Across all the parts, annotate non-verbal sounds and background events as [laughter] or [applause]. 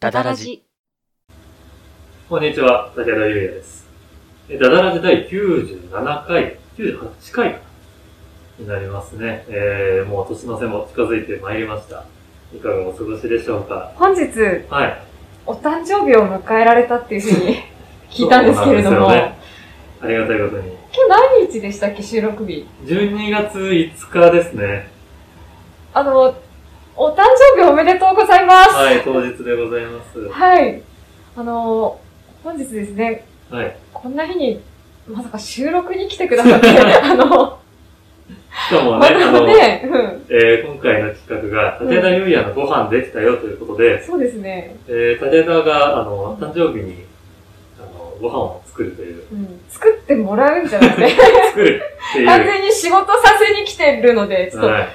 ダダラジ。こんにちは、武田裕也です。えダダラジ第97回、98回かなになりますね。えー、もう年の瀬も近づいてまいりました。いかがお過ごしでしょうか本日、はい。お誕生日を迎えられたっていうふうに聞いたんですけれども、そう今なんですよねありがたいことに。日何日でしたっけ、収録日。 12月5日ですね。あの、お誕生日おめでとうございます。はい、当日でございます。はい。あの、本日ですね、はい。こんな日に、まさか収録に来てくださ [laughs] って、あの、しかもね、まあたの、ね、うん、えー今回の企画が、武田裕也のご飯できたよということで、そうですね、えー、武田が、あの、誕生日に、あの、ご飯を作るという、うん、作ってもらうんじゃなくて、作るって [laughs] いう。完全に仕事させに来てるので、ちょっと申しはい。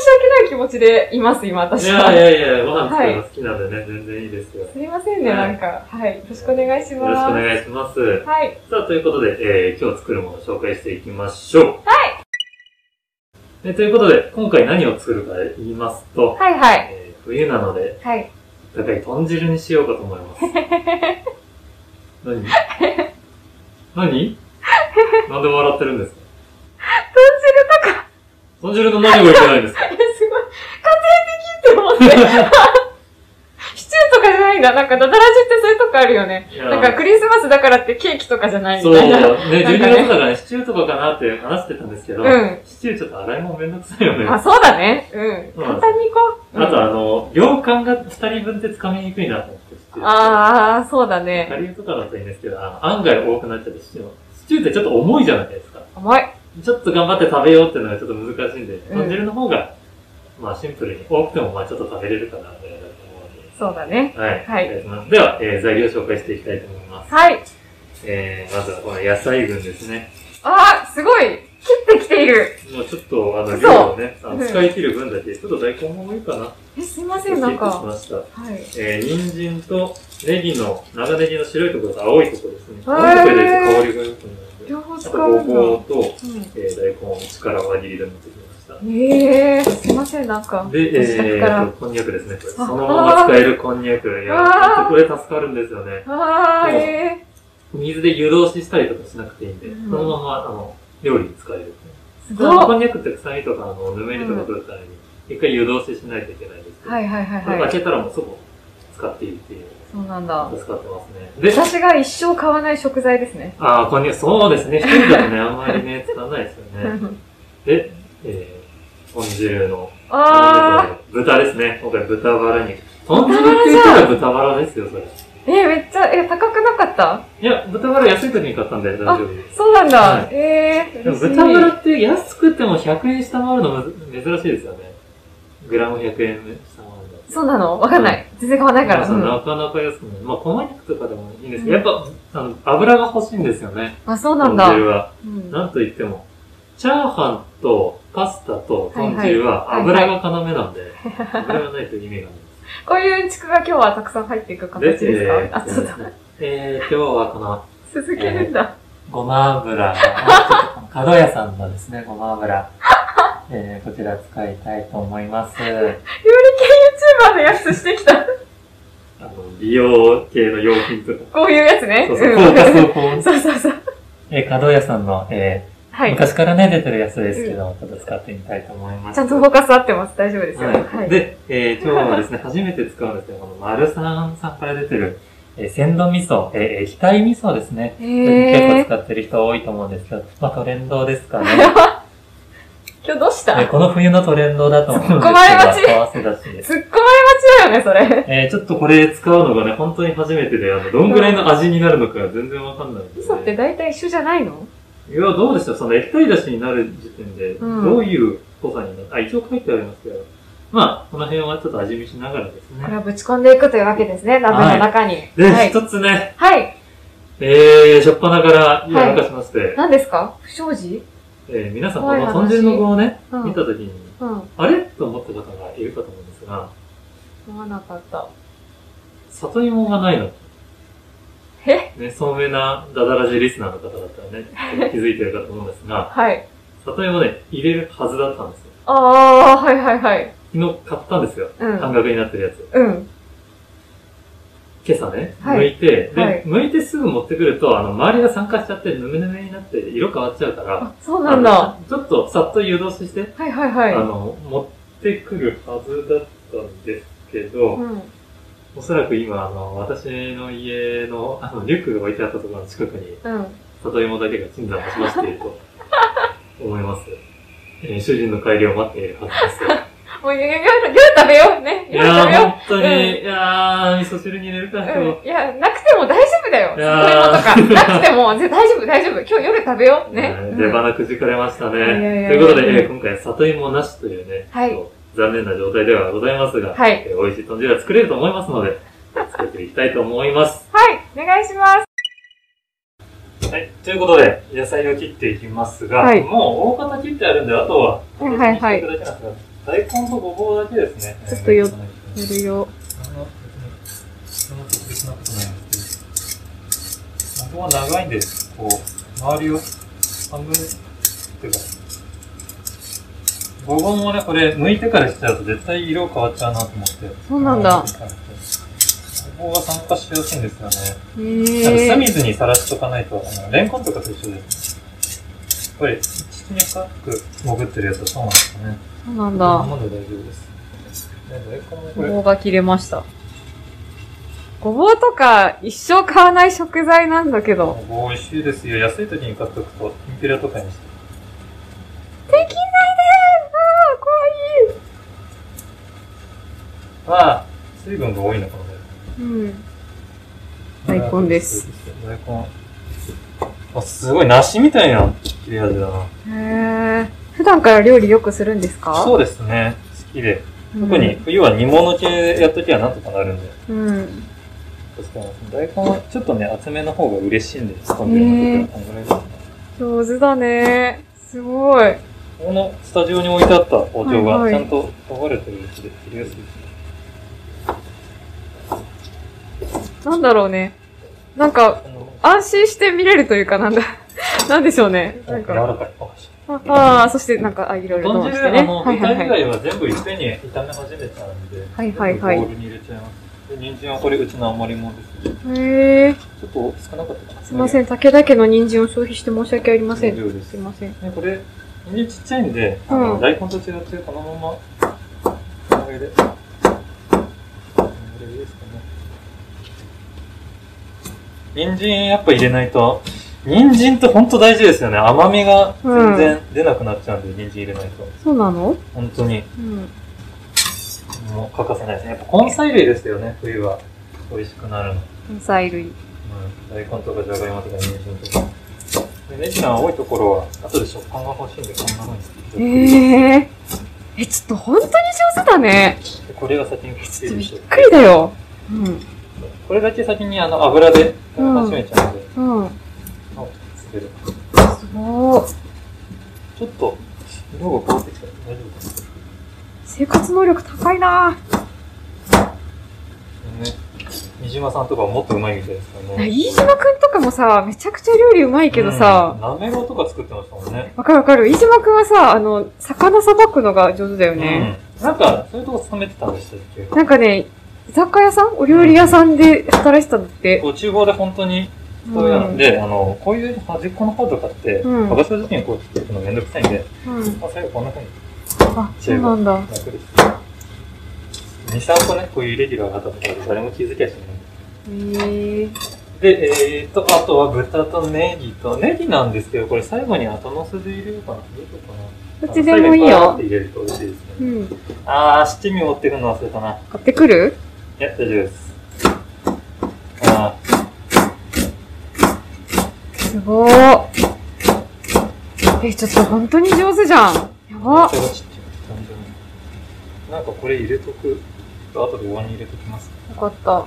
訳ない気持ちでいます、今、い私やは。いやいや、ご飯作るの好きなんでね、全然いいですよ。よすいませんね、はいなんか。はい。よろしくお願いします。ろしくお願いします。はい。さあ、ということで、えー、今日作るものを紹介していきましょう。はい。ということで、今回何を作るか言いますと、はいはい。えー冬なので、はい。高い豚汁にしようかと思 [laughs] います。何何なんで笑ってるんですか豚汁とか。豚汁の何がいけないんですかえ、すごい。家庭的って思って。 [laughs] シチューとかじゃないんだ。なんか、ダダラジってそういうとこあるよね。いやなんか、クリスマスだからってケーキとかじゃないそみう、たね、いな。 12月だからね、シチューとかかなって話してたんですけど、うんシチューちょっと洗い物めんどくさいよね。あ、あそうだね。うん。そう簡単に行こう。とあの、量感が2人分って掴みにくいなと思って、シチュー。あー、そうだね。顆粒とかだといいんですけど、あの案外多くなっちゃって、シチューもシチューってちょっと重いじゃないですか。甘い。ちょっと頑張って食べようっていうのがちょっと難しいんで、ん豚汁の方が、まあシンプルに、多くてもまあちょっと食べれるかなと思うんで。そうだね。はい。はいお願しますでは、えー材料紹介していきたいと思います。はい。えー、まずはこの野菜群ですね。あー、すごい。切ってきている。もうちょっと、あの、そう量をね、あうのん使い切る分だけ、ちょっと大根も多いかな。え、すいませ少しん、なんしか。ました。はい。えー、人参とネギの、長ネギの白いところと青いところですね。へー青いところで香りが良くなるんで。両方あと、使うんだ。ごぼうと、うえー、大根を力輪切りで持ってきました。ん。えー、すいません、なんか。で、自宅えからーと、こんにゃくですね。これそあのまま使えるこんにゃく。い [laughs] や、あーこれ助かるんですよね。あー、えー。水で湯通ししたりとかしなくていいんで、うんそのまま、あの、料理に使える。すこのごい。こんにゃくって臭みとか、あの、ぬめりとか取るために、一回湯通ししないといけないですけど、はいはいはいこれは開い。けたらもうそこ使っていいっていう、そうなんだ。使ってますね。で、私が一生買わない食材ですね。ああ、こんにゃく、そうですね。一人だとね、あんまりね、使わないですよね。で、えー、豚汁の、 [laughs] あ豚ですね。今回豚バラ肉。豚汁って言ったら豚バラですよ、それ。ー、えー、めっちゃ、えー、高くなかったいや、豚バラ安い時に買ったんで大丈夫です。そうなんだ。はえー、でも嬉しい。豚バラって安くても100円下回るのむず珍しいですよね。グラム100円下回るの。そうなのわかんない。全然買わないから。そううんなかなか安くない。まあ、こま肉とかでもいいんですけど、うんやっぱ、あの、油が欲しいんですよね。あ、そうなんだ。豚汁は。うんなんといっても、チャーハンとパスタと豚汁ははいはい油が要なんで、油がないと意味がない。こういううんちくが今日はたくさん入っていく形 [laughs] ですかえあ、そうだ。ーえー、今日はこの、続けるんだ。ごま油が、角屋さんのですね、ごま [laughs] 油。えー、こちら使いたいと思います。料理系 YouTuber のやつしてきた。あの、美容系の用品とか、こういうやつね。そうそう、んフォーカスをこ [laughs] う、そうそうそう。えー、角屋さんの、えーはい。ち昔からね、出てるやつですけど、ちょっと使ってみたいと思います。ゃんとフォーカス合ってます。大丈夫ですよ。はい。で、えー今日はですね、 [laughs] 初めて使うんですけど、この丸さんさんから出てる、えー鮮度味噌、えー液体味噌ですね。え結構ー、使ってる人多いと思うんですけど、まあトレンドですかね。 [laughs] 今日どうしたえーこの冬のトレンドだと思うんですけど、突っ込まれがち合わせだ突し。っ込まれがちだよね、それ。えーちょっとこれ使うのがね、本当に初めてで、あの、どんぐらいの味になるのか全然わかんないんで、味噌って大体一緒じゃないのいや、どうでしょうその液体出しになる時点で、うんどういう濃さになる、あ、一応書いてありますけど、まあ、この辺はちょっと味見しながらですこれね。はぶち込んでいくというわけですね、鍋の中に。で、一、はい。つね、はい。えー、しょっぱなからやらかしまして、何ですか不祥事えー皆さんこ怖いの話豚汁の具をね、うん見たときに、うん。あれと思った方がいるかと思うんですが、思わなかった。里芋がないの。えね、聡明なダダラジリスナーの方だった [laughs] らね、気づいてるかと思うんですが、はい。里芋ね、入れるはずだったんですよ。ああ、はいはいはい。昨日買ったんですよ。うん半額になってるやつ。うん。今朝ね、はい剥いて、で、はい剥いてすぐ持ってくると、あの、周りが酸化しちゃって、ぬめぬめになって、色変わっちゃうから、あ、そうなんだ。あのちょっとさっと湯通しして、はいはいはい。あの、持ってくるはずだったんですけど、うん。おそらく今、あの、私の家の、あの、リュックが置いてあったところの近くに、うん。里芋だけが鎮座をしましていると思います。 [laughs] えー主人の帰りを待っているはずですよ。もう、ぎゅぎゅぎゅぎゅ食べようね。[laughs] いぎゅ食べやー、よ本当うんに、いやー、味噌汁に入れるか、う。今うん、いや、なくても大丈夫だよ。い里やー芋とか。なくても、ぜ大丈夫、大丈夫。今日夜食べよう。日。ね。えうーん出花くじかれましたね。といやいやいやいうことで、えー今回、里芋なしというね、はいちょっと残念な状態ではございますが、はいえー美味しい豚汁は作れると思いますので、作っていきたいと思います。はい、お願いします。はい。ということで、野菜を切っていきますが、はいもう大方切ってあるんで、あとは、はいはいはいこれにしていくだけなんですが、大根とごぼうだけですね。ちょっとよえーやるよ。あのそんな特別なことないんですけど、謎は長いんで、こう、周りを半分、っていうか、ごぼうもね、これ、剥いてからしちゃうと絶対色変わっちゃうなと思って。そうなんだごぼうが酸化しやすいんですよね。へなんかー。酢水にさらしとかないと、あの、レンコンとかと一緒で、やっぱり、地中に深く潜ってるやつはそうなんですかね。そうなんこんだ。なもんで大丈夫です。ね、大根もこごれ、ぼうが切れました。ごぼうとか一生買わない食材なんだけど。もう美味しいですよ。安い時に買っとくと、きんぴらとかにして。あー、怖まあ、水分が多いのかもね。い。うん。大根です。大根。あ、すごい、梨みたいな切れ味だな。へー。普段から料理よくするんですかそうですね。好きうで。ん特に冬は煮物系やっときゃなんとかなるんで。うん。確かに。大根はちょっとね、厚めの方が嬉しいんで、スタジオの時はこんぐらいですね。上手だね。すごい。このスタジオに置いてあった包丁はがいちはゃいんと研がれてるやつで切りやすいですね。なんだろうね。なんか、こんなもん安心して見れるというか、 [laughs] なんだ、なんでしょうね。なん柔か、らかい。あああー、そしてなんか、あ、いろいろ豚とし汁、てね。あの、はいは豚以いはい。外は全部いっぺんに炒め始めたんで、はいはいはいボウルに入れちゃいます。で、人参はこれうちの余り物ですね。へえ。ちょっと少なかったかな。すいません。ん。武田家の人参を消費して申し訳ありませ大ん。丈夫ですす。いね、ません。これ、人参ちっちゃいんで、あうのん大根と違ってこのまま、このぐらいで。このぐらいですかね。人参やっぱ入れないと、人参ってほんと大事ですよね。甘みが全然出なくなっちゃうんで、人参入れないと。そうなの本当に。うん。もう欠かせないですね。やっぱ根菜類ですよね、冬は。美味しくなるの。野菜類。うん、大根とかじゃがいもとか人参とか。でネギの青いところは、後で食感が欲しいんで、こんな風に切っておくへえ。え、ちょっと本当に上手だね。でこれが先に切ちょっってとるびしっ。くりだよ。これだけ先にあの油で始めちゃうんで、うん。うん。あ作れるすごい。ちょっと、色が変わってきた。大丈夫か生活能力高いななね。三島さんとかはもっとうまいみたいですからね。飯島くんとかもさ、めちゃくちゃ料理うまいけどさ、うん。なめろうとか作ってましたもんね。わかるわかる。飯島くんはさ、あの、魚さばくのが上手だよね。うん。なんか、そういうとこ勤めてたんでしたっけなんかね、居酒屋さんお料理屋さんで働いてたんだって。こう厨房で本当にそういうので、あの、こういう端っこの方とかって、うん私の時にこう作るのめんどくさいんで、うん。うんまあ、最後こんな風にあ、そうなんだ。楽です。2、3個ね、こういうイレギュラーがあったところで誰も気づきゃしない。へえー。で、えーと、あとは豚とネギと、ネギなんですけど、これ最後に後乗せで入れようかな。どうしようかな。どっちでもいいあの最後にパーっよて。入れると美味しいですね。うん。あー、七味持ってくるの忘れたな。買ってくるいや、大丈夫です。あー、すごい。え、ちょっと本当に上手じゃん。やば。豚がちっちゃい誕生日なんかこれ入れとく。後でお椀に入れときます。よかった。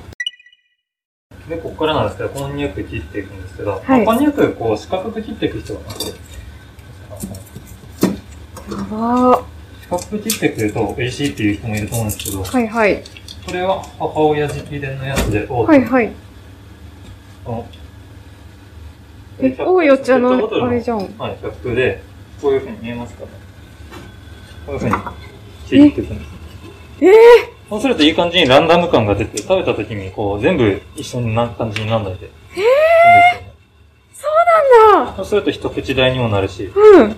で、ここからなんですけど、こんにゃく切っていくんですけど、はいこんにゃくこう四角く切っていく人がなくて、やば。四角く切ってくると美味しいっていう人もいると思うんですけど、はいはい。これは母親直伝のやつで、おうはいはい。このえ、おいお茶ペットボトルの、あれじゃん。はい、キャップで、こういうふうに見えますかね。こういうふうに切っていくんです。ええそうするといい感じにランダム感が出て、食べた時にこう全部一緒にな感じにならないで。へえ、なんだそうすると一口大にもなるし、うん。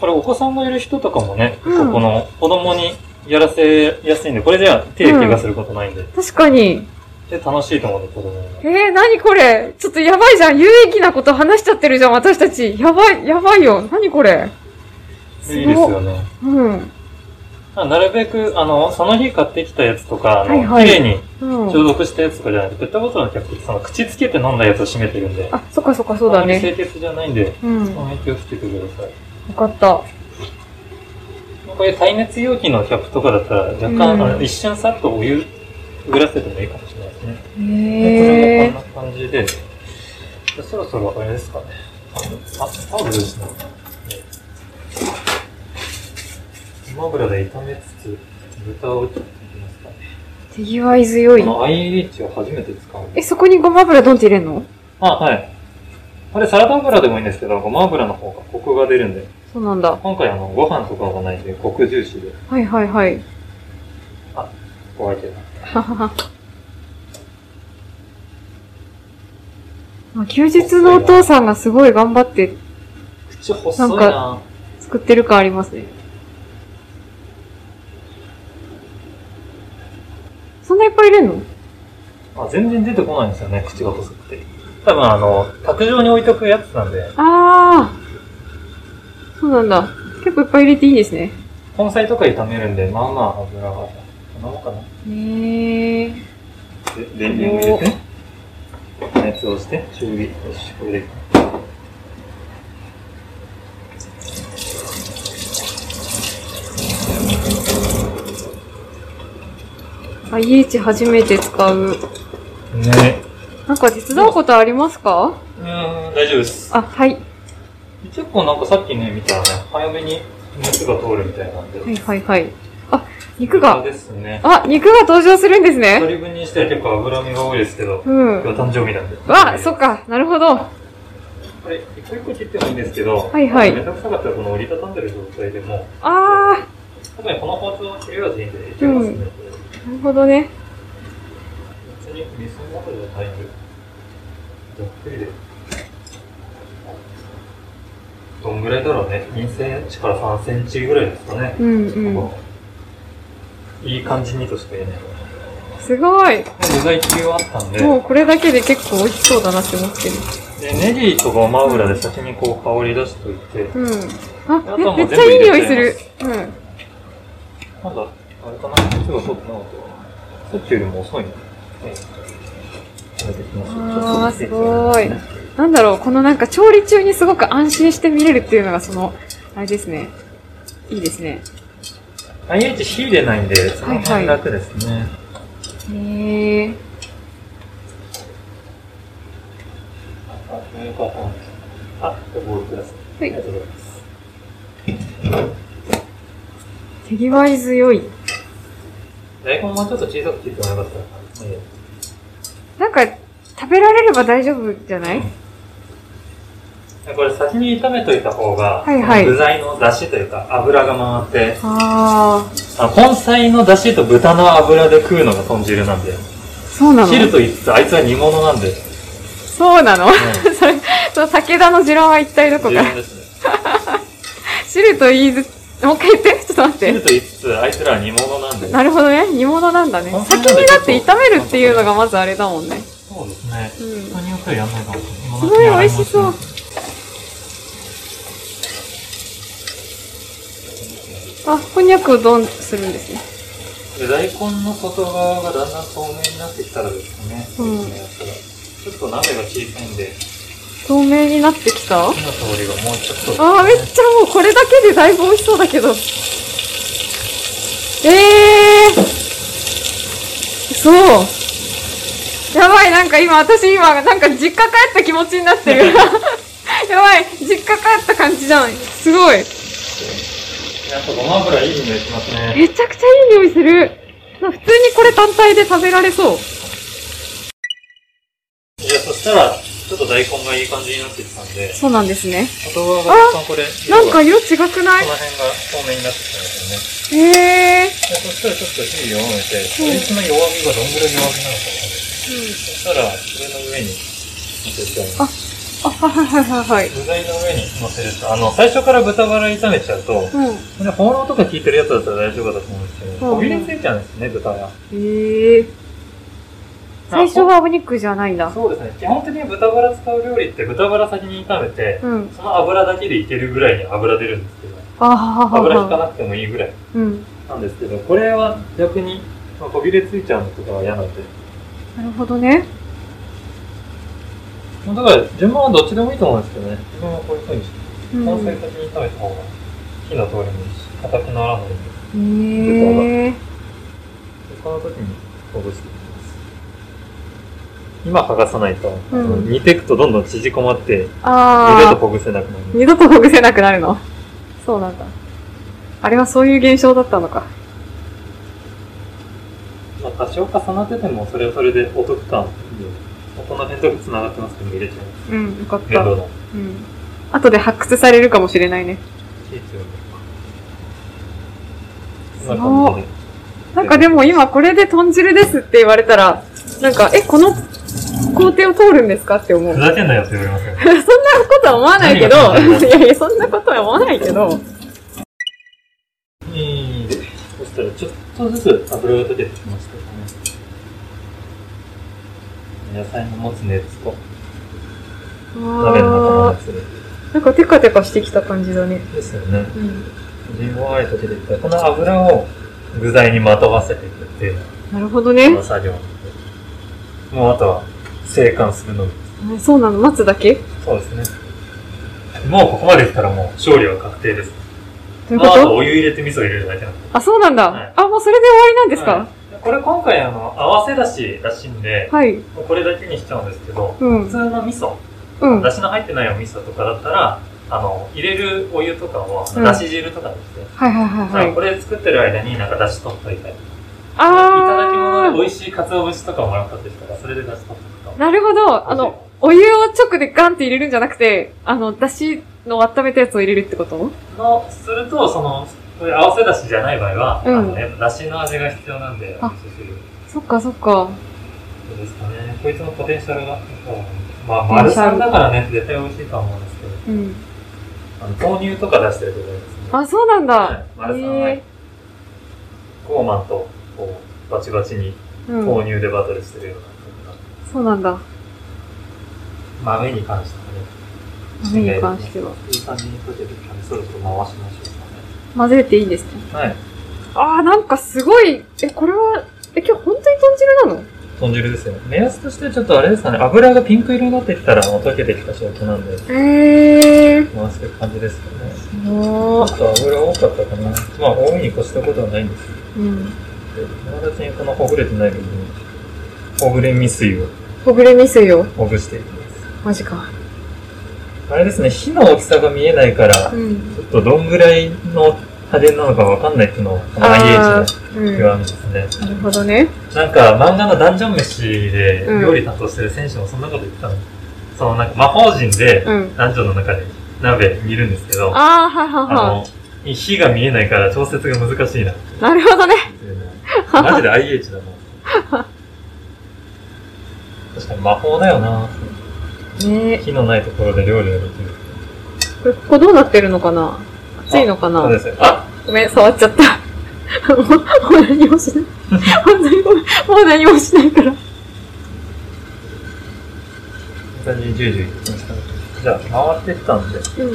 これお子さんがいる人とかもね、うん結構この子供にやらせやすいんで、これじゃあ手怪我することないんで、確かに。で楽しいと思うんで子供も。えー、なにこれちょっとやばいじゃん。有益なこと話しちゃってるじゃん、私たち。やばい、やばいよ。なにこれすごいいですよね。うん。まあなるべく、あの、その日買ってきたやつとか、あの、はいはい綺麗にうん。消毒したやつとかじゃないと、ペットボトルのキャップってその口つけて飲んだやつを閉めてるんで、あ、そっかそっか、そうだあんまね。り清潔じゃないんで、うん。そわの辺気をつけてください。かった。こういう耐熱容器のキャップとかだったら、若干、うんあの一瞬さっとお湯、くぐらせてもいいかもしれないですね。へえこ。れもこんな感じで、じゃあそろそろあれですかね。あ、タオルですね。ごま油で炒めつつ、豚を切っていきますかね。手際強いこ。の IH を初めて使うんえ、です。そこにごま油ドンって入れんのあ、はい。これサラダ油でもいいんですけど、ごま油の方がコクが出るんで、そうなんだ。今回あの、ご飯とかがないんで、コク重視で、はいはいはい。お相手が。ははは。まあ休日のお父さんがすごい頑張って口細いななんか作ってる感ありますね。そんないっぱい入れんのあ全然出てこないんですよね、口が細くて。多分あの、卓上に置いとくやつなんで、ああ。そうなんだ。結構いっぱい入れていいですね。根菜とか炒めるんで、まあまあ油が、こんなもんかな。へえ。で、電源を入れて、加熱をして、中火。よし、これでいい。 IH 初めて使う。ねなんか手伝うことありますかうーん、大丈夫です。あ、はい。結構なんかさっきね、見たらね、早めに熱が通るみたいなんで。はいはいはい。あ、肉が。ですね。あ、肉が登場するんです一ね。人分にしては結構脂身が多いですけど、うん。今日誕生日なんで。わ、そっか、なるほど。これ、一個一個切ってもいいんですけど、はいはいめんどくさかったらこの折りたたんでる状態でも、あ特にこの包丁は切れ味いいんで、いけますね。うんー、なるほどね。別に水の中じゃないんで、ざっくりで。どんぐらいだろうね。2センチから3センチぐらいですかね。うんうん。ここいい感じにとしか言えない。もうすごい。具材切り終わったんで、もうこれだけで結構美味しそうだなって思ってる。でネギとごま油で先にこう香り出しておいて、うん。とあ、はもうめめっちゃいい匂いする。なんだ、あれかな手が取ってなかったかなさっきよりも遅いね。あーすごいうん。なんだろう、このなんか調理中にすごく安心して見れるっていうのがその、あれですね。いいですね。 IH 火入れないんで、その辺楽ですね。へえ。あ、よかったです。あ、じゃあボールください。はありがい。とうございます。手際強い。大根もうちょっと小さく切ってもよかったら。まあいいやなんか、食べられれば大丈夫じゃないこれ先に炒めといた方が、はいはい具材の出汁というか油が回って、ああ、あ根菜の出汁と豚の油で食うのが豚汁なんで、そうなの汁と言ってあいつは煮物なんで、そうなの、それ、 [laughs] その武田の持論は一体どこ自から分ですね。汁と言いず、もう一回言って、ちょっと待汁っと言いつつ、あいつらは煮物なんでて。。なるほどね。煮物なんだねあ。先にだって炒めるっていうのがまずあれだもんね。そうですね。うん。人によってはやんないかもしれない。すごい美味しそう。あ、こんにゃくをドンするんですね。で大根の外側がだんだん透明になってきたらですかね、うんそうですねちょっと鍋が小さいんで透明になってきたあ火の通りがもうちょっとー、めっちゃもうこれだけでだいぶ美味しそうだけど。えー。そう。やばい、なんか今、私今、なんか実家帰った気持ちにな [laughs] ってる。やばい、実家帰った感じじゃん。すごい。やっぱごま油いい匂いしますねめちゃくちゃいい匂いする。な普通にこれ単体で食べられそう。じゃあそしたらちょっと大根がいい感じになってきたんでそうなんですね。外側が若干これなん色がか色違くなこいの辺が透明になってきたんですよねへえー。でそしたらちょっと火弱めて、こいつの弱みがどんぐらい弱みなのかわかんない。そしたら、それの上に乗せちゃいます。あ、はいはいはいはい。具材の上に乗せると、あの、最初から豚バラ炒めちゃうと、うん。これ放浪とか効いてるやつだったら大丈夫だと思うんですけど、うんこびりついちゃうんですね、豚が。へえ最初はお肉じゃないんだ。そうですね、基本的に豚バラ使う料理って豚バラ先に炒めて、うん。その油だけでいけるぐらいに油出るんですけど、あははは油引かは。なくてもいいぐらいうん。なんですけど、これは逆に、まあ、こびりついちゃうのとかは嫌なんで、なるほどね。だから順番はどっちでもいいと思うんですけどね、自分はこういう風にして、うん。完成先に炒めた方が火の通りもいいし、硬くならないんで、へえその時にほぐしていきます。今剥がさないと、あのうん煮ていくとどんどん縮こまって、二度とああ。ほぐせなくなる。二度とほぐせなくなるの。そうなんだ。あれはそういう現象だったのか。まあ、多少重なってても、それはそれでお得感で、まあこの辺と繋がってますけど、入れちゃいます。うん、よかっいやた。どうう。だろうん後で発掘されるかもしれないね。いいですよねすこごいんな感じでなんかでも今これで豚汁ですって言われたら、なんか、え、この工程を通るんですかって思う。 [laughs] ふそんなざけんなよって言われますよね。ことは思わないけど、何がいやいや、そんなことは思わないけど、いいでそしたらちょっとずつ油が溶けてきましたよね。野菜の持つ熱と鍋の中のあ熱ーなんかテカテカしてきた感じだね。ですよね。うん。じんわり溶けてきたこの油を具材にまとわせていくっていうなるほどこねの。作業なんでもうあとは生還するのみえそうなの待つだけそうですね。もうここまで来たらもう勝利は確定です。どういうまこあ、あととお湯入れて味噌入れるだけなんで。あ、そうなんはいだ。あ、もうそれで終わりなんですかはいこれ今回あの、合わせだしらしいんで、はい。もうこれだけにしちゃうんですけど、う普ん。通の味噌、うん。だしの入ってないお味噌とかだったら、あの、入れるお湯とかは、うんだし汁とかにして、はいはいはいなんかはい。これ作ってる間になんかだし取っといたり、いただき物あで美味しい鰹節とかもらったとしたら、それでだし取っとくー。と。なるほど。あの、お湯を直でガンって入れるんじゃなくて、あの、だしの温めたやつを入れるってことの、すると、その、こういう合わせだしじゃない場合は、うんあのやっぱだしの味が必要なんで、おあ味噌汁。そっかそっか。そうですかね。こいつのポテンシャルが、まあ、丸さんだからね、絶対美味しいとは思うんですうけど、ん。あの豆乳とか出してるところですね。あ、そうなんだ。丸さんはへーコーマンとこうバチバチにう豆ん。乳でバトルしてるような、そうなんだ。豆に関してはね豆に関しては。いい感じに溶けてきたんでそろそろ回しましょ混ぜていいんですね。うかねはいあー、なんかすごい。え、これは、え、今日本当に豚汁なの豚汁ですよね目安としてちょっとあれですかね油がピンク色になってきたらもう溶けてきた証拠なんでえー。回していく感じですよねおちょっと油多かったかなまあ多いに越したことはないんですけうん。ど友達にこのほぐれてない部分にほぐれ未遂をほぐれ未遂よ。ほぐしていきますマジか。あれですね火の大きさが見えないからうん。ちょっとどんぐらいの派手なのかわかんないっていうのを、この IH うのん。極みですね。なるほどね。なんか漫画のダンジョン飯でうん料理担当してる選手もそんなこと言ってたの。そのなんか魔法陣でうん。ダンジョンの中で鍋煮るんですけど、ああー、はいはいはの、火が見えないから調節が難しいなってい。なるほどね。いうの [laughs] はマジで IH だな。確かに魔法だよな。ねえ。火のないところで料理ができる。これ、ここどうなってるのかな熱いのかそうなですよ。あ、ごめん、触っちゃった。もうもう何も [laughs] しない。本当にごめん。もう何もしないから。いい感じにジュージューいきましたね。じゃあ回ってったんで。うん。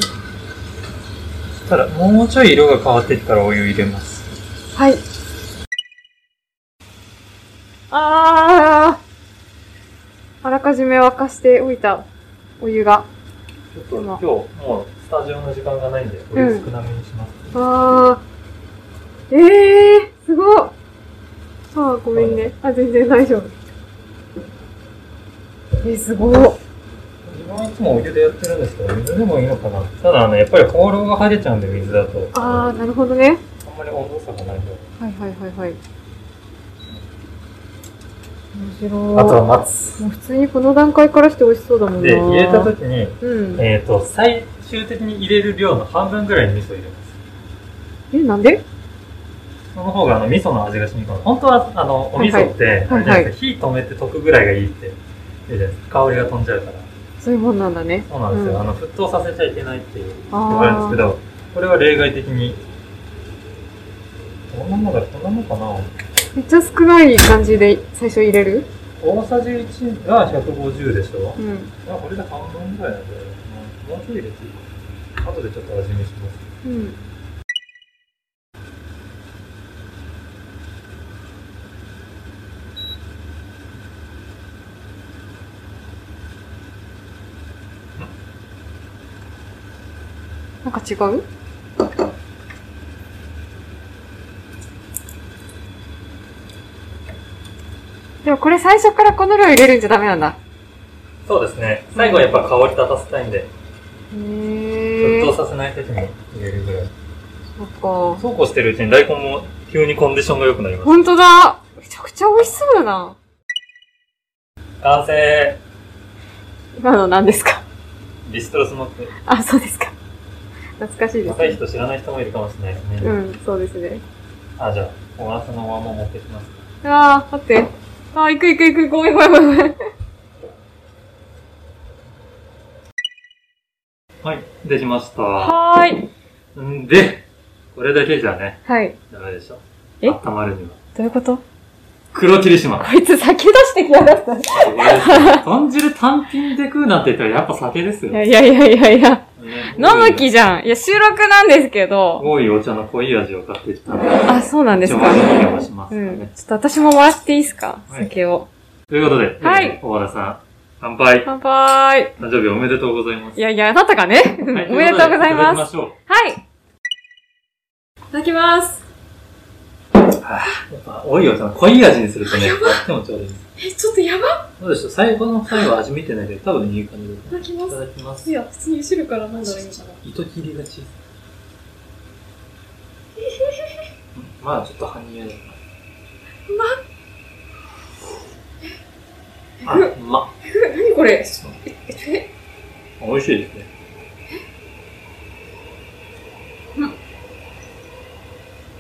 ただもうちょい色が変わってきたらお湯入れますはい。あー。あらかじめ沸かしておいたお湯が。ちょっと今日もうスタジオの時間がないんでお湯少なめにします、あー。えー、すごっ。あー、ごめんね。あ、全然大丈夫。えー、すごっ。自分はいつもお湯でやってるんですけど水でもいいのかなただあのやっぱり放浪が跳ねちゃうんで水だとあー、んなるほどね。まり温度差がないのではいはいはいはい。面白い。あとは待つもう普通にこの段階からして美味しそうだもんな。で入れた時にうん。えっ、と最終的に入れる量の半分ぐらいに味噌入れますえ、なんでその方があの味噌の味が染み込む。本当はあのお味噌って、はいはいあれじゃないですか火止めて溶くぐらいがいいって言うじゃないですか。香りが飛んじゃうから。そういうもんなんだね。そうなんですよ。うんあの沸騰させちゃいけないっていう言あーわれるんですけど、これは例外的に。こんなもんだ、こんなもんかな。めっちゃ少ない感じで最初入れる大さじ1が150でしょ。うん。あこれで半分ぐらいなんだよな。もうちょい入れていいかな。後でちょっと味見します。うん。なんか違うでもこれ最初からこの量入れるんじゃダメなんだ。そうですね。最後はやっぱ香り立たせたいんで、へえ。沸騰させない時に入れるぐらい。そっか。そうこうしてるうちに大根も急にコンディションが良くなります。ほんとだめちゃくちゃ美味しそうだな。完成今の何ですかビストロスモック。あ、そうですか。懐かしいです、若いね。人知らない人もいるかもしれないですね。うん、そうですね。あ、じゃあ、小笠のまま持ってきます。うわあ、待って。あー、行く行く行く。ごめんごめんごめんごめん。はい、できました。はーい。んで、これだけじゃね、はい。ダメでしょ。え温まるには。どういうことこ黒霧島。 [laughs] いつ酒出してきやがった。い豚汁単品で食うなんて言ったらやっぱ酒ですよ。やいやいやいやいや。ね飲む気じゃん。いや、収録なんですけど。多いお茶の濃い味を買ってきたんで、あ、そうなんです一か応。味見をしまうすかね、ん。ちょっと私ももらっていいですかはい酒を。ということで、はいえー小原さん、乾杯。乾杯。誕生日おめでとうございます。いやいや、あなたがね。うんはいおめでとうございいただきま。ますしょう。はい。いただきます。やっぱ、多いお茶の濃い味にするとね、割ってもちょうどいいです。え、ちょっとやばいどうでしょう最後の最後味見てないけど、多分いい感じですね。ただきまいただきます。いや、普通に汁から飲んだらいいかな。糸切りが小さい。 [laughs] まあ、ちょっと半乳だな。うまっ。あ、うまっ。何これえ、美味しいですね。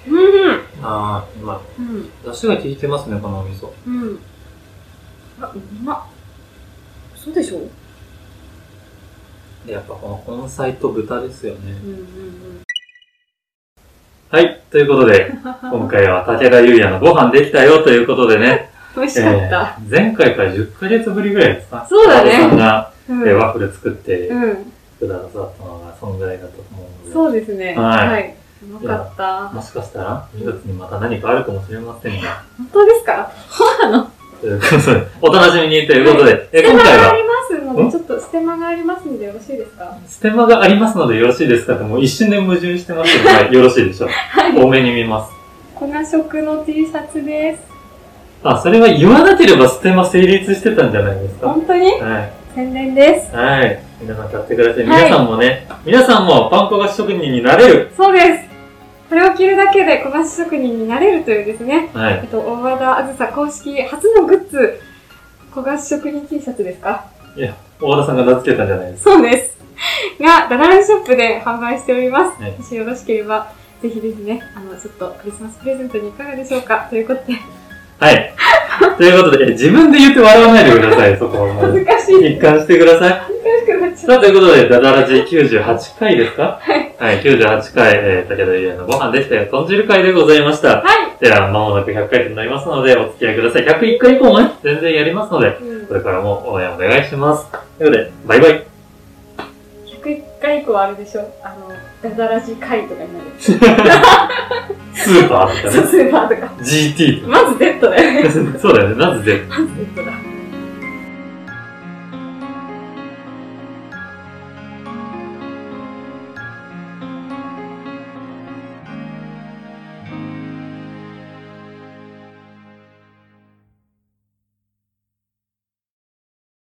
うん。ああ、うまうん。い。出汁が効いてますね、このお味噌。うん。あ、うまっ。そうでしょうで、やっぱこの根菜と豚ですよね。んうんはい。ということ [laughs] で、今回は武田優也のご飯できたよということでね。美味しかった。えー前回から10ヶ月ぶりぐらいですかそうだねお父さんが、えーうんワッフル作ってうん。くださったのが、そんぐらいだと思うので。そうですね。はいい。うまかった。もしかしたら、2月にまた何かあるかもしれませんが。本当ですかそうなのということで、お楽しみにということで、えステー今マ回があは、りますのんで、ちょっとステマがありますのでよろしいですかステマがありますのでよろしいですかって、もう一瞬で矛盾してますけど、はいよろしいでしょう。多めに見ます。粉食の T シャツです。あ、それは言わなければステマ成立してたんじゃないですか。本当にはい。宣伝です。はい。皆さん買ってください。はい皆さんもね、皆さんもパン粉菓子職人になれる。そうです。これを着るだけで小菓子職人になれるというですね。はえっい。と、大和田あずさ公式初のグッズ、小菓子職人 T シャツですか大和田さんが名付けたんじゃないですそうです。が、ダダランショップで販売しております。はいもしよろしければ、ぜひぜひね、あの、ちょっとクリスマスプレゼントにいかがでしょうかということで、か。 [laughs] はい。ということで、え自分で言って笑わないでください、そこはも恥う。ずかしい。一貫してください。恥ずかしくなっちさゃあ、う。ということで、ダダラジ98回ですかはい。はい、98回、えー、武田優也のご飯でしたよ。豚汁会でございました。はい。では、まもなく100回となりますので、お付き合いください。101回以降もね、全然やりますので、うんこれからも応援お願いします。ということで、バイバイ。 101回以降はあれでしょあの、ダダラジ回とかになる。スーパーとそうかね。スーパーとか。 GT とか。まず Z だよね。 [laughs] そうだよね、なぜ